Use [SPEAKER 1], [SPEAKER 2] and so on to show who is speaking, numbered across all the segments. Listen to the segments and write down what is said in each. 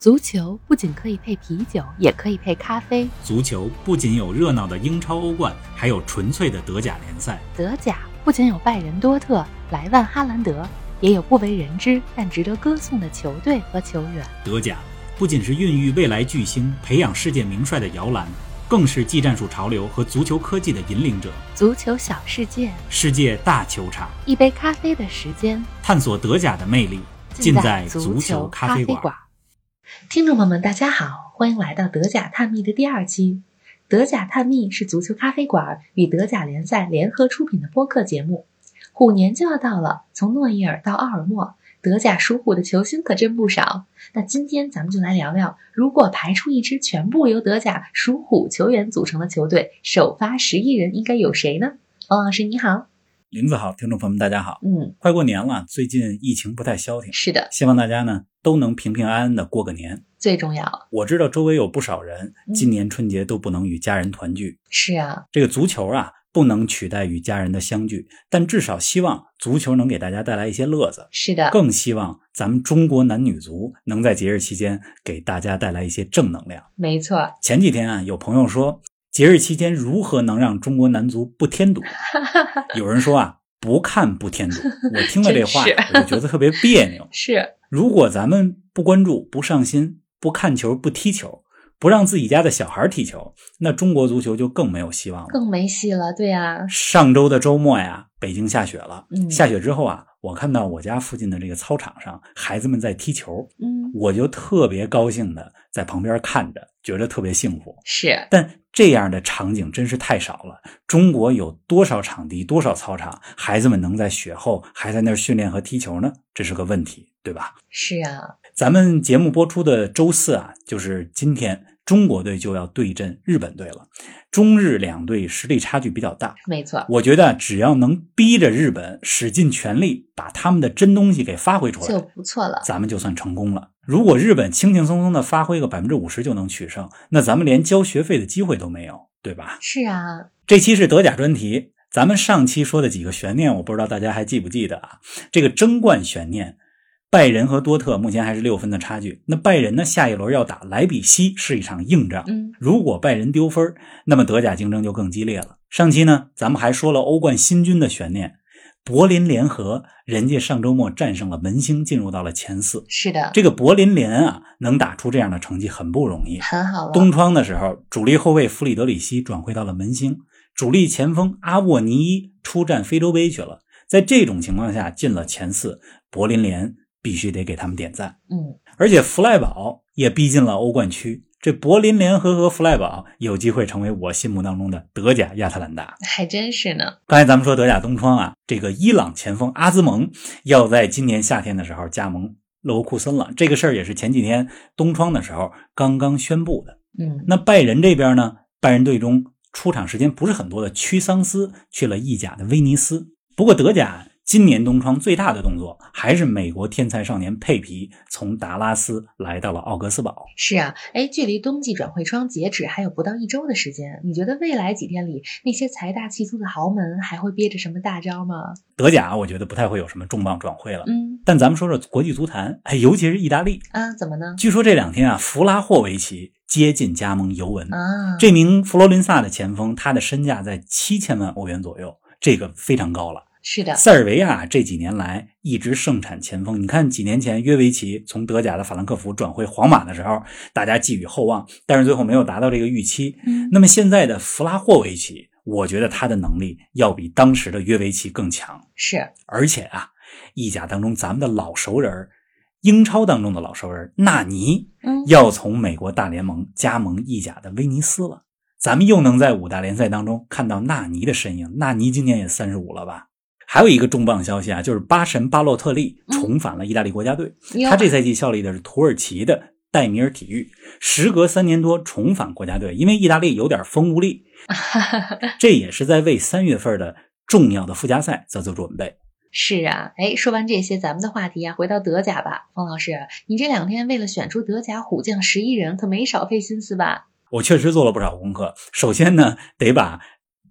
[SPEAKER 1] 足球不仅可以配啤酒，也可以配咖啡。
[SPEAKER 2] 足球不仅有热闹的英超、欧冠，还有纯粹的德甲联赛。
[SPEAKER 1] 德甲不仅有拜仁、多特、莱万、哈兰德，也有不为人知但值得歌颂的球队和球员。
[SPEAKER 2] 德甲不仅是孕育未来巨星、培养世界名帅的摇篮，更是技战术潮流和足球科技的引领者。
[SPEAKER 1] 足球小世界，
[SPEAKER 2] 世界大球场，
[SPEAKER 1] 一杯咖啡的时间，
[SPEAKER 2] 探索德甲的魅力，尽在足球咖啡馆。
[SPEAKER 1] 听众朋友们，大家好，欢迎来到德甲探秘的第二期。德甲探秘是足球咖啡馆与德甲联赛联合出品的播客节目。虎年就要到了，从诺伊尔到奥尔默，德甲属虎的球星可真不少。那今天咱们就来聊聊，如果排出一支全部由德甲属虎球员组成的球队，首发十一人应该有谁呢？呃王老师你好，
[SPEAKER 2] 林子好，听众朋友们大家好。
[SPEAKER 1] 嗯，
[SPEAKER 2] 快过年了，最近疫情不太消停，
[SPEAKER 1] 是的，
[SPEAKER 2] 希望大家呢都能平平安安的过个年。
[SPEAKER 1] 最重要
[SPEAKER 2] 我知道周围有不少人
[SPEAKER 1] 嗯
[SPEAKER 2] 今年春节都不能与家人团聚，
[SPEAKER 1] 是啊，
[SPEAKER 2] 这个足球啊不能取代与家人的相聚，但至少希望足球能给大家带来一些乐子，
[SPEAKER 1] 是的，
[SPEAKER 2] 更希望咱们中国男女足能在节日期间给大家带来一些正能量。
[SPEAKER 1] 没错，
[SPEAKER 2] 前几天啊，有朋友说节日期间如何能让中国男足不添堵，有人说啊不看不添堵，我听了这话
[SPEAKER 1] 真
[SPEAKER 2] 我就觉得特别别扭。
[SPEAKER 1] 是
[SPEAKER 2] 如果咱们不关注、不上心、不看球、不踢球，不让自己家的小孩踢球，那中国足球就更没有希望了。
[SPEAKER 1] 更没戏了，对啊，
[SPEAKER 2] 上周的周末呀，北京下雪了。
[SPEAKER 1] 嗯，
[SPEAKER 2] 下雪之后啊，我看到我家附近的这个操场上，孩子们在踢球，
[SPEAKER 1] 嗯
[SPEAKER 2] 我就特别高兴的在旁边看着，觉得特别幸福。
[SPEAKER 1] 是
[SPEAKER 2] 但这样的场景真是太少了。中国有多少场地、多少操场，孩子们能在雪后还在那儿训练和踢球呢？这是个问题，对吧？
[SPEAKER 1] 是啊，
[SPEAKER 2] 咱们节目播出的周四啊，就是今天，中国队就要对阵日本队了。中日两队实力差距比较大，
[SPEAKER 1] 没错，
[SPEAKER 2] 我觉得只要能逼着日本使尽全力把他们的真东西给发挥出
[SPEAKER 1] 就
[SPEAKER 2] 来，
[SPEAKER 1] 不错了，
[SPEAKER 2] 咱们就算成功了。如果日本轻轻松松的发挥个百分之五十就能取胜，那咱们连交学费的机会都没有，对吧？
[SPEAKER 1] 是啊，
[SPEAKER 2] 这期是德甲专题，咱们上期说的几个悬念，我不知道大家还记不记得啊？这个争冠悬念，拜仁和多特目前还是六分的差距。那拜仁呢，下一轮要打莱比锡，是一场硬仗。
[SPEAKER 1] 嗯，
[SPEAKER 2] 如果拜仁丢分，那么德甲竞争就更激烈了。上期呢，咱们还说了欧冠新军的悬念，柏林联合人家上周末战胜了门兴，进入到了前四。
[SPEAKER 1] 是的，
[SPEAKER 2] 这个柏林联啊，能打出这样的成绩很不容易。
[SPEAKER 1] 很好了，
[SPEAKER 2] 冬窗的时候，主力后卫弗里德里希转会到了门兴，主力前锋阿沃尼伊出战非洲杯去了。在这种情况下，进了前四，柏林联必须得给他们点赞。
[SPEAKER 1] 嗯，
[SPEAKER 2] 而且弗赖堡也逼近了欧冠区，这柏林联合和弗赖堡有机会成为我心目当中的德甲亚特兰大。
[SPEAKER 1] 还真是呢，
[SPEAKER 2] 刚才咱们说德甲东窗啊，这个伊朗前锋阿兹蒙要在今年夏天的时候加盟勒沃库森了，这个事儿也是前几天东窗的时候刚刚宣布的。
[SPEAKER 1] 嗯，
[SPEAKER 2] 那拜仁这边呢，拜仁队中出场时间不是很多的屈桑斯去了意甲的威尼斯。不过德甲今年冬窗最大的动作还是美国天才少年佩皮从达拉斯来到了奥格斯堡。
[SPEAKER 1] 是啊，哎，距离冬季转会窗截止还有不到一周的时间，你觉得未来几天里那些财大气粗的豪门还会憋着什么大招吗？
[SPEAKER 2] 德甲我觉得不太会有什么重磅转会了。
[SPEAKER 1] 嗯，
[SPEAKER 2] 但咱们说说国际足坛，哎，尤其是意大利，
[SPEAKER 1] 啊，怎么呢？
[SPEAKER 2] 据说这两天啊，弗拉霍维奇接近加盟尤文。
[SPEAKER 1] 啊，
[SPEAKER 2] 这名佛罗伦萨的前锋，他的身价在七千万欧元左右，这个非常高了。
[SPEAKER 1] 是的，
[SPEAKER 2] 塞尔维亚这几年来一直盛产前锋。你看，几年前约维奇从德甲的法兰克福转回皇马的时候，大家寄予厚望，但是最后没有达到这个预期。
[SPEAKER 1] 嗯，
[SPEAKER 2] 那么现在的弗拉霍维奇，我觉得他的能力要比当时的约维奇更强，
[SPEAKER 1] 是
[SPEAKER 2] 而且啊，意甲当中咱们的老熟人儿，英超当中的老熟人儿纳尼
[SPEAKER 1] 嗯，
[SPEAKER 2] 要从美国大联盟加盟意甲的威尼斯了。咱们又能在五大联赛当中看到纳尼的身影。纳尼今年也三十五了吧？还有一个重磅消息啊，就是巴神巴洛特利
[SPEAKER 1] 嗯
[SPEAKER 2] 重返了意大利国家队。
[SPEAKER 1] 哟
[SPEAKER 2] 他这赛季效力的是土耳其的戴米尔体育，时隔三年多重返国家队，因为意大利有点风无 力，这也是在为三月份的重要的附加赛在做准备。
[SPEAKER 1] 是啊，哎，说完这些咱们的话题啊，回到德甲吧，方老师，你这两天为了选出德甲虎将十一人，可没少费心思吧？
[SPEAKER 2] 我确实做了不少功课。首先呢，得把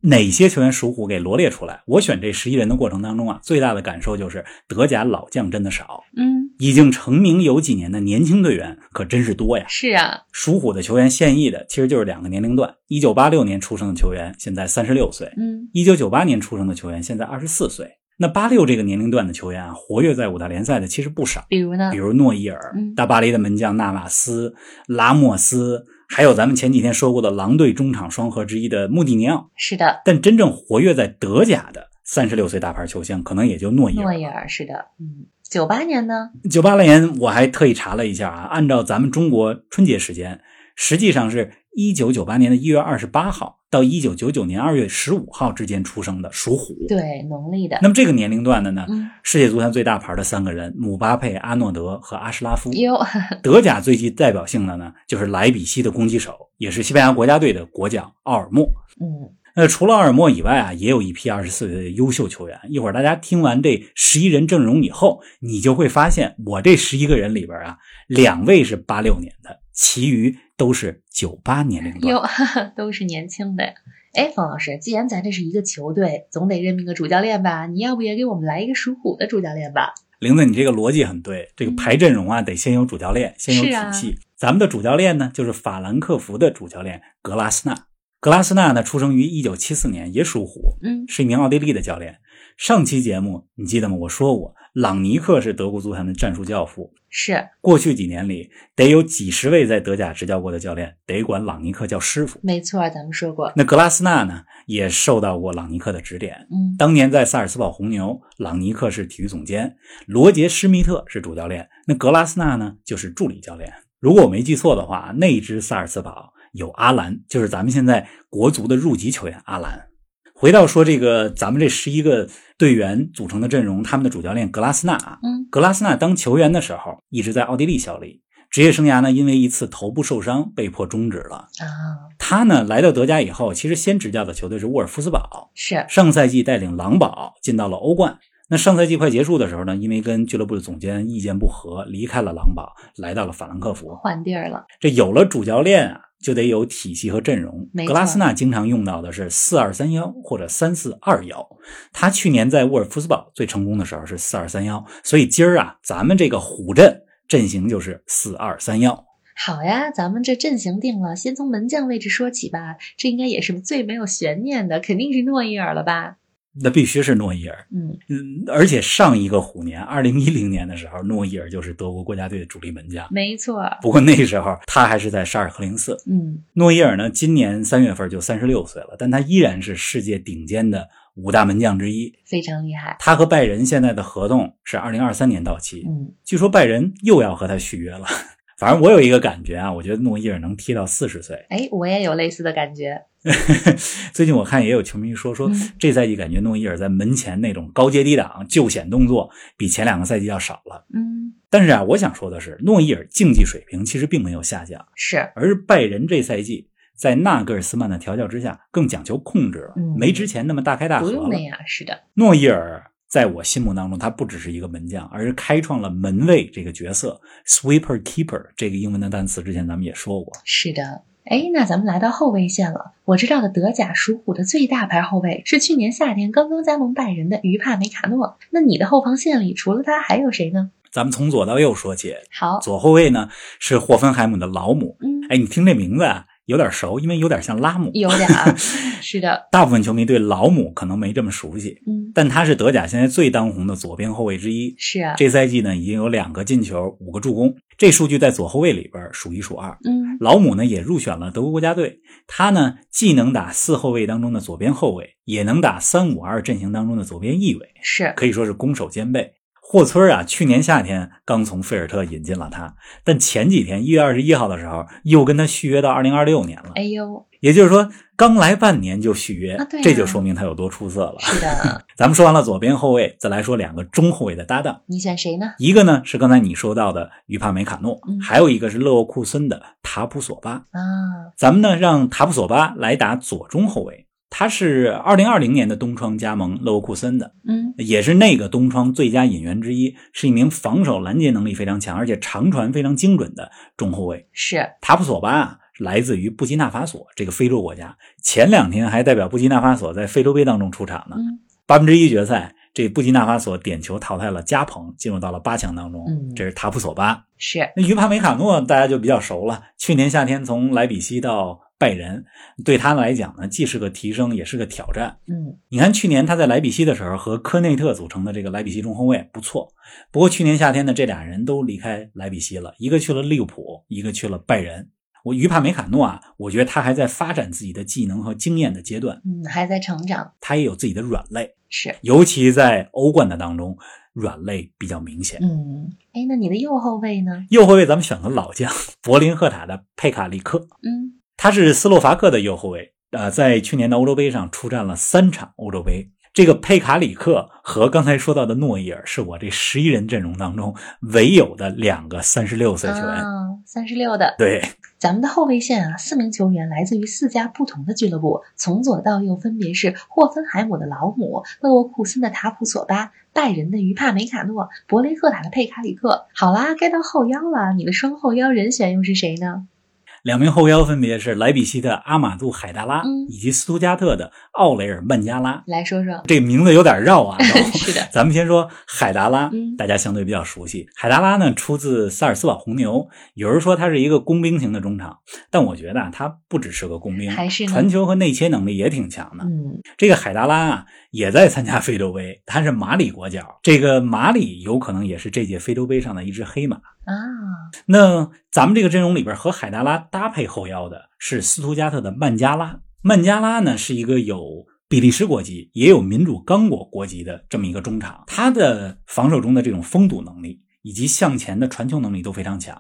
[SPEAKER 2] 哪些球员属虎给罗列出来。我选这十一人的过程当中啊，最大的感受就是德甲老将真的少，
[SPEAKER 1] 嗯，
[SPEAKER 2] 已经成名有几年的年轻队员可真是多呀。
[SPEAKER 1] 是啊，
[SPEAKER 2] 属虎的球员现役的其实就是两个年龄段：一九八六年出生的球员现在三十六岁，
[SPEAKER 1] 嗯
[SPEAKER 2] 一九九八年出生的球员现在二十四岁。那八六这个年龄段的球员啊，活跃在五大联赛的其实不少。
[SPEAKER 1] 比如呢
[SPEAKER 2] 比？如诺伊尔
[SPEAKER 1] 嗯、
[SPEAKER 2] 大巴黎的门将纳瓦斯、拉莫斯，还有咱们前几天说过的狼队中场双核之一的穆蒂尼奥。
[SPEAKER 1] 是的，
[SPEAKER 2] 但真正活跃在德甲的三十六岁大牌球星，可能也就诺伊
[SPEAKER 1] 诺
[SPEAKER 2] 尔
[SPEAKER 1] 伊
[SPEAKER 2] 了。
[SPEAKER 1] 尔是的，嗯，九八年呢？
[SPEAKER 2] 九八年我还特意查了一下啊，按照咱们中国春节时间，实际上是一九九八年的一月二十八号到一九九九年二月十五号之间出生的属虎。
[SPEAKER 1] 对，农历的
[SPEAKER 2] 那，么这个年龄段的呢，
[SPEAKER 1] 嗯，
[SPEAKER 2] 世界足坛最大牌的三个人：姆巴佩、阿诺德和阿什拉夫。
[SPEAKER 1] 哟，
[SPEAKER 2] 德甲最具代表性的呢，就是莱比锡的攻击手，也是西班牙国家队的国脚奥尔莫。
[SPEAKER 1] 嗯，
[SPEAKER 2] 呃，除了奥尔莫以外啊，也有一批二十四岁的优秀球员。一会儿大家听完这十一人阵容以后，你就会发现，我这十一个人里边啊，两位是八六年的，其余都是九八年龄段。
[SPEAKER 1] 哟， 都是年轻的。哎，冯老师，既然咱这是一个球队，总得任命个主教练吧？你要不也给我们来一个属虎的主教练吧？
[SPEAKER 2] 玲子，你这个逻辑很对。这个排阵容啊，得先有主教练，先有体系。咱们的主教练呢，就是法兰克福的主教练格拉斯纳。格拉斯纳呢，出生于一九七四年，也属虎，
[SPEAKER 1] 嗯，
[SPEAKER 2] 是一名奥地利的教练。上期节目你记得吗？我说过，朗尼克是德国足坛的战术教父。
[SPEAKER 1] 是
[SPEAKER 2] 过去几年里，得有几十位在德甲执教过的教练得管朗尼克叫师傅。
[SPEAKER 1] 没错儿，咱们说过，
[SPEAKER 2] 那格拉斯纳呢，也受到过朗尼克的指点。
[SPEAKER 1] 嗯，
[SPEAKER 2] 当年在萨尔茨堡红牛，朗尼克是体育总监，罗杰施密特是主教练，那格拉斯纳呢就是助理教练。如果我没记错的话，那支萨尔茨堡有阿兰，就是咱们现在国足的入籍球员阿兰。回到说这个咱们这十一个队员组成的阵容，他们的主教练格拉斯纳啊，
[SPEAKER 1] 嗯，
[SPEAKER 2] 格拉斯纳当球员的时候一直在奥地利效力，职业生涯呢因为一次头部受伤被迫终止了。
[SPEAKER 1] 啊，
[SPEAKER 2] 他呢来到德甲以后，其实先执教的球队是沃尔夫斯堡，
[SPEAKER 1] 是，
[SPEAKER 2] 上赛季带领狼堡进到了欧冠。那上赛季快结束的时候呢，因为跟俱乐部的总监意见不合，离开了狼堡，来到了法兰克福。
[SPEAKER 1] 换地儿了，
[SPEAKER 2] 这有了主教练啊，就得有体系和阵容
[SPEAKER 1] 没。错
[SPEAKER 2] 格拉斯纳经常用到的是四二三幺或者三四二幺。他去年在沃尔夫斯堡最成功的时候是四二三幺，所以今儿啊，咱们这个虎阵阵型就是四二三幺。
[SPEAKER 1] 好呀，咱们这阵型定了，先从门将位置说起吧。这应该也是最没有悬念的，肯定是诺伊尔了吧？
[SPEAKER 2] 那必须是诺伊尔，
[SPEAKER 1] 嗯，
[SPEAKER 2] 嗯，而且上一个虎年，二零一零年的时候，诺伊尔就是德国国家队的主力门将。
[SPEAKER 1] 没错儿，
[SPEAKER 2] 不过那时候他还是在沙尔克零四。
[SPEAKER 1] 嗯，
[SPEAKER 2] 诺伊尔呢，今年三月份就三十六岁了，但他依然是世界顶尖的五大门将之一。
[SPEAKER 1] 非常厉害，
[SPEAKER 2] 他和拜仁现在的合同是二零二三年到期，
[SPEAKER 1] 嗯，
[SPEAKER 2] 据说拜仁又要和他续约了。反正我有一个感觉啊，我觉得诺伊尔能踢到四十岁。
[SPEAKER 1] 哎，我也有类似的感觉，
[SPEAKER 2] 最近我看也有球迷说，说
[SPEAKER 1] 嗯
[SPEAKER 2] 这赛季感觉诺伊尔在门前那种高接低挡、就险动作比前两个赛季要少了。
[SPEAKER 1] 嗯，
[SPEAKER 2] 但是啊，我想说的是，诺伊尔竞技水平其实并没有下降。
[SPEAKER 1] 是，
[SPEAKER 2] 而拜仁这赛季在纳格尔斯曼的调教之下，更讲求控制了，
[SPEAKER 1] 嗯
[SPEAKER 2] 没之前那么大开大合
[SPEAKER 1] 不用
[SPEAKER 2] 了
[SPEAKER 1] 那。样，是的，
[SPEAKER 2] 诺伊尔在我心目当中，他不只是一个门将，而是开创了门卫这个角色 （sweeper keeper） 这个英文的单词。之前咱们也说过，
[SPEAKER 1] 是的。哎，那咱们来到后卫线了。我知道的德甲属虎的最大牌后卫是去年夏天刚刚加盟拜仁的于帕梅卡诺。那你的后防线里除了他还有谁呢？
[SPEAKER 2] 咱们从左到右说起。
[SPEAKER 1] 好，
[SPEAKER 2] 左后卫呢是霍芬海姆的老姆，
[SPEAKER 1] 嗯，
[SPEAKER 2] 哎，你听这名字啊有点熟，因为有点像拉姆。
[SPEAKER 1] 有点 儿，是的，
[SPEAKER 2] 大部分球迷对老姆可能没这么熟悉，
[SPEAKER 1] 嗯，
[SPEAKER 2] 但他是德甲现在最当红的左边后卫之一。
[SPEAKER 1] 是啊，
[SPEAKER 2] 这赛季呢，已经有两个进球，五个助攻，这数据在左后卫里边数一数二。
[SPEAKER 1] 嗯，
[SPEAKER 2] 老姆呢也入选了德国国家队，他呢既能打四后卫当中的左边后卫，也能打三五二阵型当中的左边翼卫，
[SPEAKER 1] 是，
[SPEAKER 2] 可以说是攻守兼备。霍村儿啊，去年夏天刚从费尔特引进了他，但前几天一月二十一号的时候又跟他续约到二零二六年了，
[SPEAKER 1] 哎呦，
[SPEAKER 2] 也就是说刚来半年就续约，
[SPEAKER 1] 啊对呀
[SPEAKER 2] 这就说明他有多出色了。
[SPEAKER 1] 是 的，
[SPEAKER 2] 咱们说完了左边后卫，再来说两个中后卫的搭档。
[SPEAKER 1] 你选谁呢？
[SPEAKER 2] 一个呢是刚才你说到的于帕梅卡诺
[SPEAKER 1] 嗯，
[SPEAKER 2] 还有一个是勒沃库森的塔普索巴。
[SPEAKER 1] 啊，
[SPEAKER 2] 咱们呢让塔普索巴来打左中后卫，他是二零二零年的冬窗加盟勒沃库森的，
[SPEAKER 1] 嗯，
[SPEAKER 2] 也是那个冬窗最佳引援之一，是一名防守拦截能力非常强，而且长传非常精准的中后卫。
[SPEAKER 1] 是，
[SPEAKER 2] 塔普索巴啊来自于布基纳法索这个非洲国家，前两天还代表布基纳法索在非洲杯当中出场呢。
[SPEAKER 1] 嗯
[SPEAKER 2] 八分之一决赛，这布基纳法索点球淘汰了加蓬，进入到了八强当中
[SPEAKER 1] 嗯。
[SPEAKER 2] 这是塔普索巴。
[SPEAKER 1] 是
[SPEAKER 2] 那于帕梅卡诺大家就比较熟了，去年夏天从莱比锡到拜仁，对他来讲呢，既是个提升，也是个挑战。
[SPEAKER 1] 嗯
[SPEAKER 2] 你看，去年他在莱比锡的时候和科内特组成的这个莱比锡中后卫不错，不过去年夏天呢，这俩人都离开莱比锡了，一个去了利物浦，一个去了拜仁。我于帕梅卡诺啊，我觉得他还在发展自己的技能和经验的阶段，
[SPEAKER 1] 嗯，还在成长
[SPEAKER 2] 他也有自己的软肋，
[SPEAKER 1] 是。
[SPEAKER 2] 尤其在欧冠的当中，软肋比较明显。
[SPEAKER 1] 嗯，哎，那你的右后卫呢？
[SPEAKER 2] 右后卫咱们选个老将，柏林赫塔的佩卡利克，
[SPEAKER 1] 嗯
[SPEAKER 2] 他是斯洛伐克的右后卫，呃，在去年的欧洲杯上出战了三场欧洲杯。这个佩卡里克和刚才说到的诺伊尔是我这十一人阵容当中唯有的两个三十六岁球员。
[SPEAKER 1] 啊，三十六的。
[SPEAKER 2] 对，
[SPEAKER 1] 咱们的后卫线啊，四名球员来自于四家不同的俱乐部，从左到右分别是霍芬海姆的老姆、勒沃库森的塔普索巴、拜仁的于帕梅卡诺、伯雷赫塔的佩卡里克。好啦，该到后腰了，你的双后腰人选又是谁呢？
[SPEAKER 2] 两名后腰分别是莱比锡的阿马杜海达拉
[SPEAKER 1] 嗯
[SPEAKER 2] 以及斯图加特的奥雷尔曼加拉。
[SPEAKER 1] 来说 说。
[SPEAKER 2] 这个名字有点绕啊。 都
[SPEAKER 1] 是的，
[SPEAKER 2] 咱们先说海达拉
[SPEAKER 1] 嗯，
[SPEAKER 2] 大家相对比较熟悉。海达拉呢，出自萨尔斯堡红牛，有人说他是一个工兵型的中场，但我觉得啊，他不只是个工兵，
[SPEAKER 1] 还是呢
[SPEAKER 2] 传球和内切能力也挺强的。
[SPEAKER 1] 嗯
[SPEAKER 2] 这个海达拉啊，也在参加 非洲杯，他是马里国脚，这个马里有可能也是这届非洲杯上的一只黑马。
[SPEAKER 1] 啊，
[SPEAKER 2] 那咱们这个阵容里边和海达拉搭配后腰的是斯图加特的曼加拉。曼加拉呢是一个有比利时国籍，也有民主刚果国籍的这么一个中场，他的防守中的这种封堵能力以及向前的传球能力都非常强，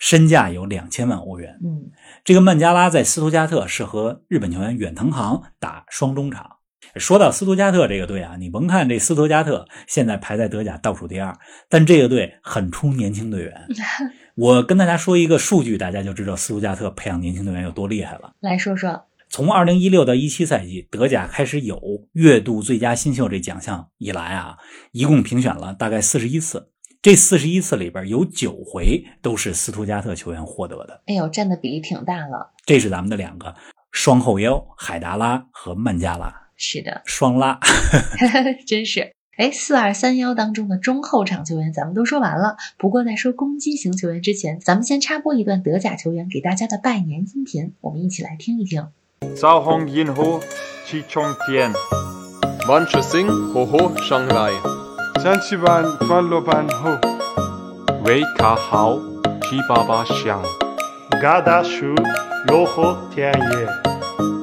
[SPEAKER 2] 身价有两千万欧元。
[SPEAKER 1] 嗯
[SPEAKER 2] 这个曼加拉在斯图加特是和日本球员远藤航打双中场。说到斯图加特这个队啊，你甭看这斯图加特现在排在德甲倒数第二，但这个队很出年轻队员。我跟大家说一个数据，大家就知道斯图加特培养年轻队员有多厉害了。
[SPEAKER 1] 来说说。
[SPEAKER 2] 从二零一六到一七赛季，德甲开始有月度最佳新秀这奖项以来啊，一共评选了大概四十一次。这四十一次里边有九回都是斯图加特球员获得的。
[SPEAKER 1] 哎呦，占的比例挺大了。
[SPEAKER 2] 这是咱们的两个双后腰海达拉和曼加拉
[SPEAKER 1] 是的，
[SPEAKER 2] 双拉。
[SPEAKER 1] 真是。哎，四二三幺当中的中后场球员咱们都说完了，不过在说攻击型球员之前，咱们先插播一段德甲球员给大家的拜年音频，我们一起来听一听。
[SPEAKER 3] Zhao Hong Yin Ho, Chi Chong Tien,
[SPEAKER 4] Manchu Singh, Ho Ho Shanghai,
[SPEAKER 3] Sansiban Fan Loban Ho,
[SPEAKER 5] Wei Ka Hao, Chi Baba Xiang,
[SPEAKER 6] Gada Shu Loho Tian Ye.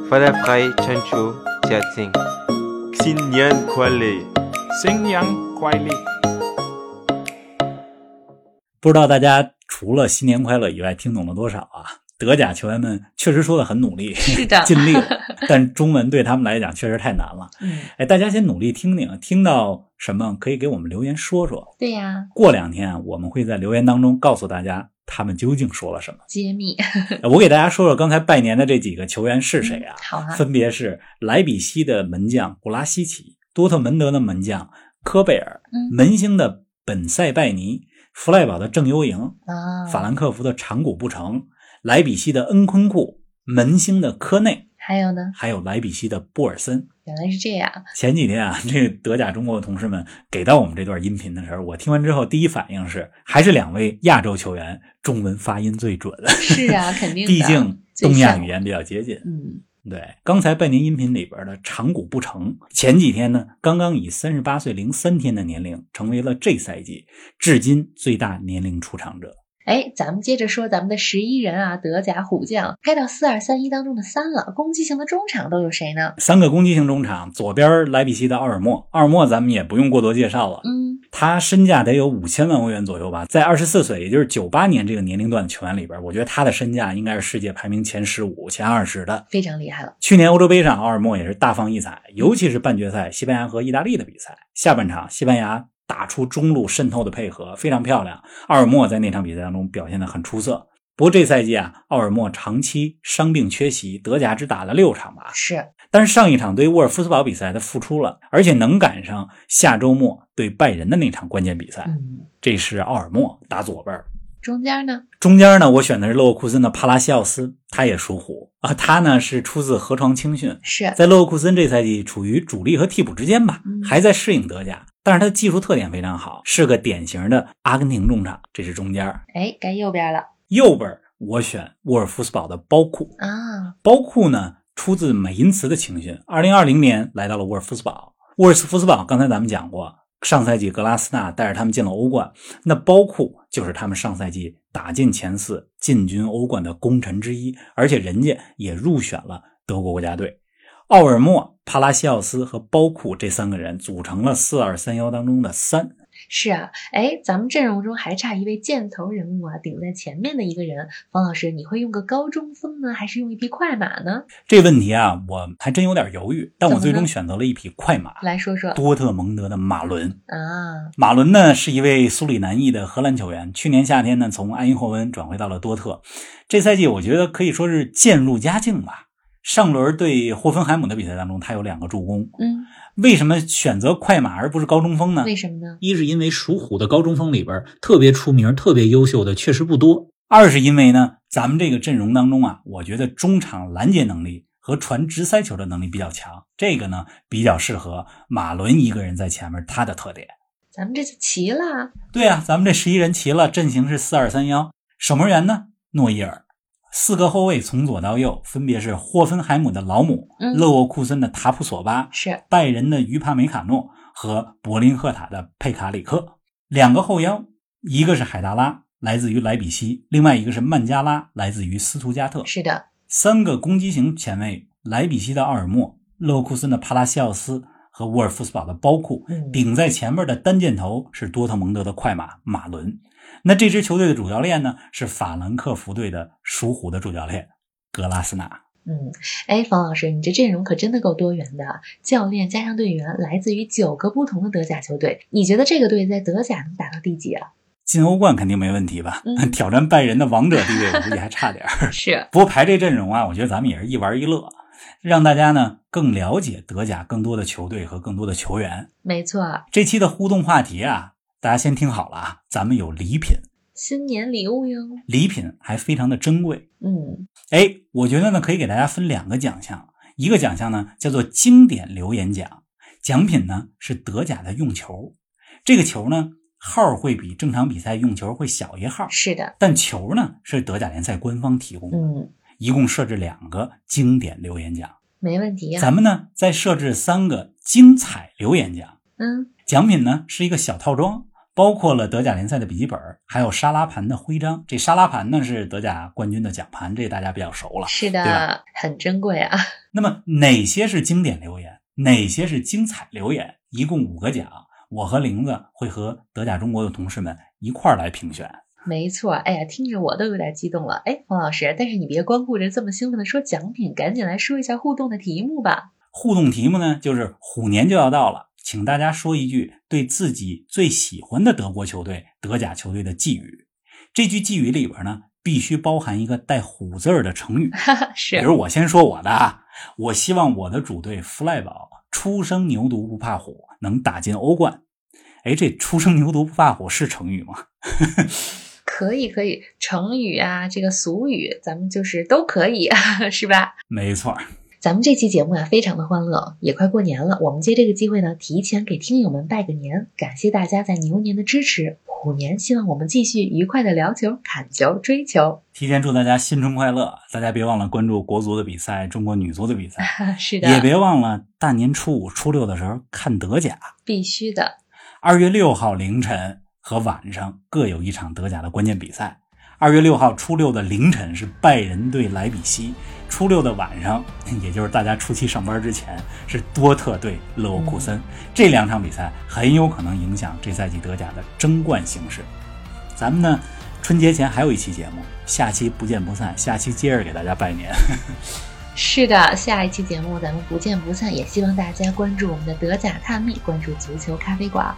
[SPEAKER 7] Firefly Chanchu Jiaxing.
[SPEAKER 6] Xin Nian Quan Li.
[SPEAKER 5] Xing Yang Kuai Li.
[SPEAKER 2] 不知道大家除了新年快乐以外，听懂了多少啊？德甲球员们确实说的很努力，
[SPEAKER 1] 是的
[SPEAKER 2] 尽力 了，但中文对他们来讲确实太难了。
[SPEAKER 1] 嗯，
[SPEAKER 2] 哎，大家先努力听听，听到什么可以给我们留言说说。
[SPEAKER 1] 对呀、
[SPEAKER 2] 过两天啊，我们会在留言当中告诉大家他们究竟说 了什么。
[SPEAKER 1] 揭秘
[SPEAKER 2] 呃我给大家说说刚才拜年的这几个球员是谁啊？
[SPEAKER 1] 好啊，
[SPEAKER 2] 分别是莱比锡的门将古拉西奇、多特蒙德的门将科贝尔、
[SPEAKER 1] 嗯
[SPEAKER 2] 门兴的本塞拜尼、弗赖堡的郑优营、
[SPEAKER 1] 啊，
[SPEAKER 2] 法兰克福的长谷部城、莱比锡的恩昆库、门兴的科内，
[SPEAKER 1] 还有呢，
[SPEAKER 2] 还有莱比锡的波尔森。
[SPEAKER 1] 原来是这样，
[SPEAKER 2] 前几天啊，这个德甲中国的同事们给到我们这段音频的时候，我听完之后第一反应是，还是两位亚洲球员中文发音最准。
[SPEAKER 1] 是啊，肯定的，
[SPEAKER 2] 毕竟
[SPEAKER 1] 最
[SPEAKER 2] 东亚
[SPEAKER 1] 像
[SPEAKER 2] 语言比较接近。
[SPEAKER 1] 嗯，
[SPEAKER 2] 对，刚才拜年音频里边的长谷不成，前几天呢，刚刚以三十八岁零三天的年龄，成为了这赛季至今最大年龄出场者。
[SPEAKER 1] 哎，咱们接着说咱们的十一人啊，德甲虎将开到四二三一当中的三了，攻击型的中场都有谁呢？
[SPEAKER 2] 三个攻击型中场，左边莱比锡的奥尔默，奥尔默咱们也不用过多介绍了，
[SPEAKER 1] 嗯，
[SPEAKER 2] 他身价得有五千万欧元左右吧，在二十四岁，也就是九八年这个年龄段的球员里边，我觉得他的身价应该是世界排名前十五、前二十的。
[SPEAKER 1] 非常厉害了，
[SPEAKER 2] 去年欧洲杯上，奥尔默也是大放异彩，尤其是半决赛西班牙和意大利的比赛，下半场西班牙打出中路渗透的配合非常漂亮，奥尔默在那场比赛当中表现得很出色。不过这赛季啊，奥尔默长期伤病缺席，德甲只打了六场吧。
[SPEAKER 1] 是
[SPEAKER 2] 但是上一场对沃尔夫斯堡比赛他复出了，而且能赶上下周末对拜仁的那场关键比赛。
[SPEAKER 1] 嗯。
[SPEAKER 2] 这是奥尔默打左边儿，
[SPEAKER 1] 中间呢，
[SPEAKER 2] 中间呢，我选的是勒沃库森的帕拉西奥斯，他也属虎啊，他呢是出自河床青训，
[SPEAKER 1] 是
[SPEAKER 2] 在勒沃库森这赛季处于主力和替补之间吧
[SPEAKER 1] 嗯，
[SPEAKER 2] 还在适应德甲，但是他的技术特点非常好，是个典型的阿根廷中场，这是中间。
[SPEAKER 1] 哎，该右边了
[SPEAKER 2] 右边儿我选沃尔夫斯堡的包库，
[SPEAKER 1] 啊，
[SPEAKER 2] 包库呢出自美因茨的青训，二零二零年来到了沃尔夫斯堡。沃尔夫斯堡刚才咱们讲过，上赛季格拉斯纳带着他们进了欧冠，那包库就是他们上赛季打进前四、进军欧冠的功臣之一，而且人家也入选了德国国家队。奥尔默、帕拉西奥斯和包库这三个人组成了四二三幺当中的三，
[SPEAKER 1] 是啊，哎，咱们阵容中还差一位箭头人物啊，顶在前面的一个人。方老师，你会用个高中锋呢，还是用一匹快马呢？
[SPEAKER 2] 这问题啊，我还真有点犹豫，但我
[SPEAKER 1] 怎么
[SPEAKER 2] 最
[SPEAKER 1] 呢
[SPEAKER 2] 终选择了一匹快马，
[SPEAKER 1] 来说说
[SPEAKER 2] 多特蒙德的马伦。
[SPEAKER 1] 啊，
[SPEAKER 2] 马伦呢是一位苏里南裔的荷兰球员，去年夏天呢从埃因霍温转回到了多特。这赛季我觉得可以说是渐入佳境吧。上轮对霍芬海姆的比赛当中，他有两个助攻。
[SPEAKER 1] 嗯，
[SPEAKER 2] 为什么选择快马而不是高中锋呢？
[SPEAKER 1] 为什么呢？
[SPEAKER 2] 一是因为属虎的高中锋里边儿特别出名、特别优秀的确实不多；二是因为呢，咱们这个阵容当中啊，我觉得中场拦截能力和传直塞球的能力比较强，这个呢比较适合马伦一个人在前面他的特点。
[SPEAKER 1] 咱们这就齐了，
[SPEAKER 2] 对啊，咱们这十一人齐了，阵型是四二三幺，守门员呢诺伊尔，四个后卫从左到右分别是霍芬海姆的老姆、
[SPEAKER 1] 嗯
[SPEAKER 2] 勒沃库森的塔普索巴、
[SPEAKER 1] 是
[SPEAKER 2] 拜仁的于帕梅卡诺和柏林赫塔的佩卡里克，两个后腰，一个是海达拉，来自于莱比锡；另外一个是曼加拉，来自于斯图加特。
[SPEAKER 1] 是的，
[SPEAKER 2] 三个攻击型前卫，莱比锡的奥尔默、勒沃库森的帕拉西奥斯和沃尔夫斯堡的包库
[SPEAKER 1] 嗯，
[SPEAKER 2] 顶在前面的单箭头是多特蒙德的快马马伦。那这支球队的主教练呢是法兰克福队的属虎的主教练格拉斯纳。
[SPEAKER 1] 嗯，哎，方老师，你这阵容可真的够多元的，啊教练加上队员来自于九个不同的德甲球队，你觉得这个队在德甲能打到第几啊？
[SPEAKER 2] 进欧冠肯定没问题吧？
[SPEAKER 1] 嗯
[SPEAKER 2] 挑战拜仁的王者地位，我估计还差点儿。
[SPEAKER 1] 是，
[SPEAKER 2] 不过排这阵容啊，我觉得咱们也是一玩一乐，让大家呢更了解德甲更多的球队和更多的球员。
[SPEAKER 1] 没错，
[SPEAKER 2] 这期的互动话题啊，大家先听好了啊，咱们有礼品，
[SPEAKER 1] 新年礼物哟。
[SPEAKER 2] 礼品还非常的珍贵。
[SPEAKER 1] 嗯，
[SPEAKER 2] 哎，我觉得呢可以给大家分两个奖项，一个奖项呢叫做经典留言奖，奖品呢是德甲的用球，这个球呢号会比正常比赛用球会小一号，
[SPEAKER 1] 是的，
[SPEAKER 2] 但球呢是德甲联赛官方提供的，
[SPEAKER 1] 嗯，
[SPEAKER 2] 一共设置两个经典留言奖。
[SPEAKER 1] 没问题呀、
[SPEAKER 2] 咱们呢再设置三个精彩留言奖，
[SPEAKER 1] 嗯，
[SPEAKER 2] 奖品呢是一个小套装，包括了德甲联赛的笔记本，还有沙拉盘的徽章。这沙拉盘呢是德甲冠军的奖盘，这大家比较熟了。
[SPEAKER 1] 是
[SPEAKER 2] 对
[SPEAKER 1] 的，很珍贵啊。
[SPEAKER 2] 那么哪些是经典留言，哪些是精彩留言？一共五个奖，我和玲子会和德甲中国的同事们一块儿来评选。
[SPEAKER 1] 没错，哎呀，听着我都有点激动了。哎，方老师，但是你别光顾着这么兴奋的说奖品，赶紧来说一下互动的题目吧。
[SPEAKER 2] 互动题目呢，就是虎年就要到了，请大家说一句对自己最喜欢的德国球队、德甲球队的寄语。这句寄语里边呢，必须包含一个带“虎”字儿的成语。比
[SPEAKER 1] 是，
[SPEAKER 2] 如我先说我的啊，我希望我的主队弗赖堡初生牛犊不怕虎，能打进欧冠。哎，这初生牛犊不怕虎是成语吗？
[SPEAKER 1] 可以，可以，成语啊，这个俗语，咱们就是都可以， 是吧？
[SPEAKER 2] 没错儿，
[SPEAKER 1] 咱们这期节目啊，非常的欢乐，也快过年了。我们借这个机会呢，提前给听友们拜个年，感谢大家在牛年的支持。虎年，希望我们继续愉快的聊球、砍球、追球。
[SPEAKER 2] 提前祝大家新春快乐！大家别忘了关注国足的比赛、中国女足的比赛，
[SPEAKER 1] 是
[SPEAKER 2] 也
[SPEAKER 1] 的，
[SPEAKER 2] 别忘了大年初五、初六的时候看德甲。
[SPEAKER 1] 必须的。
[SPEAKER 2] 二月六号凌晨和晚上各有一场德甲的关键比赛。二月六号初六的凌晨是拜仁对莱比锡，初六的晚上，也就是大家初七上班之前，是多特对勒沃库森。这两场比赛很有可能影响这赛季德甲的争冠形势。咱们呢，春节前还有一期节目，下期不见不散，下期接着给大家拜年。
[SPEAKER 1] 是的，下一期节目咱们不见不散，也希望大家关注我们的德甲探秘，关注足球咖啡馆。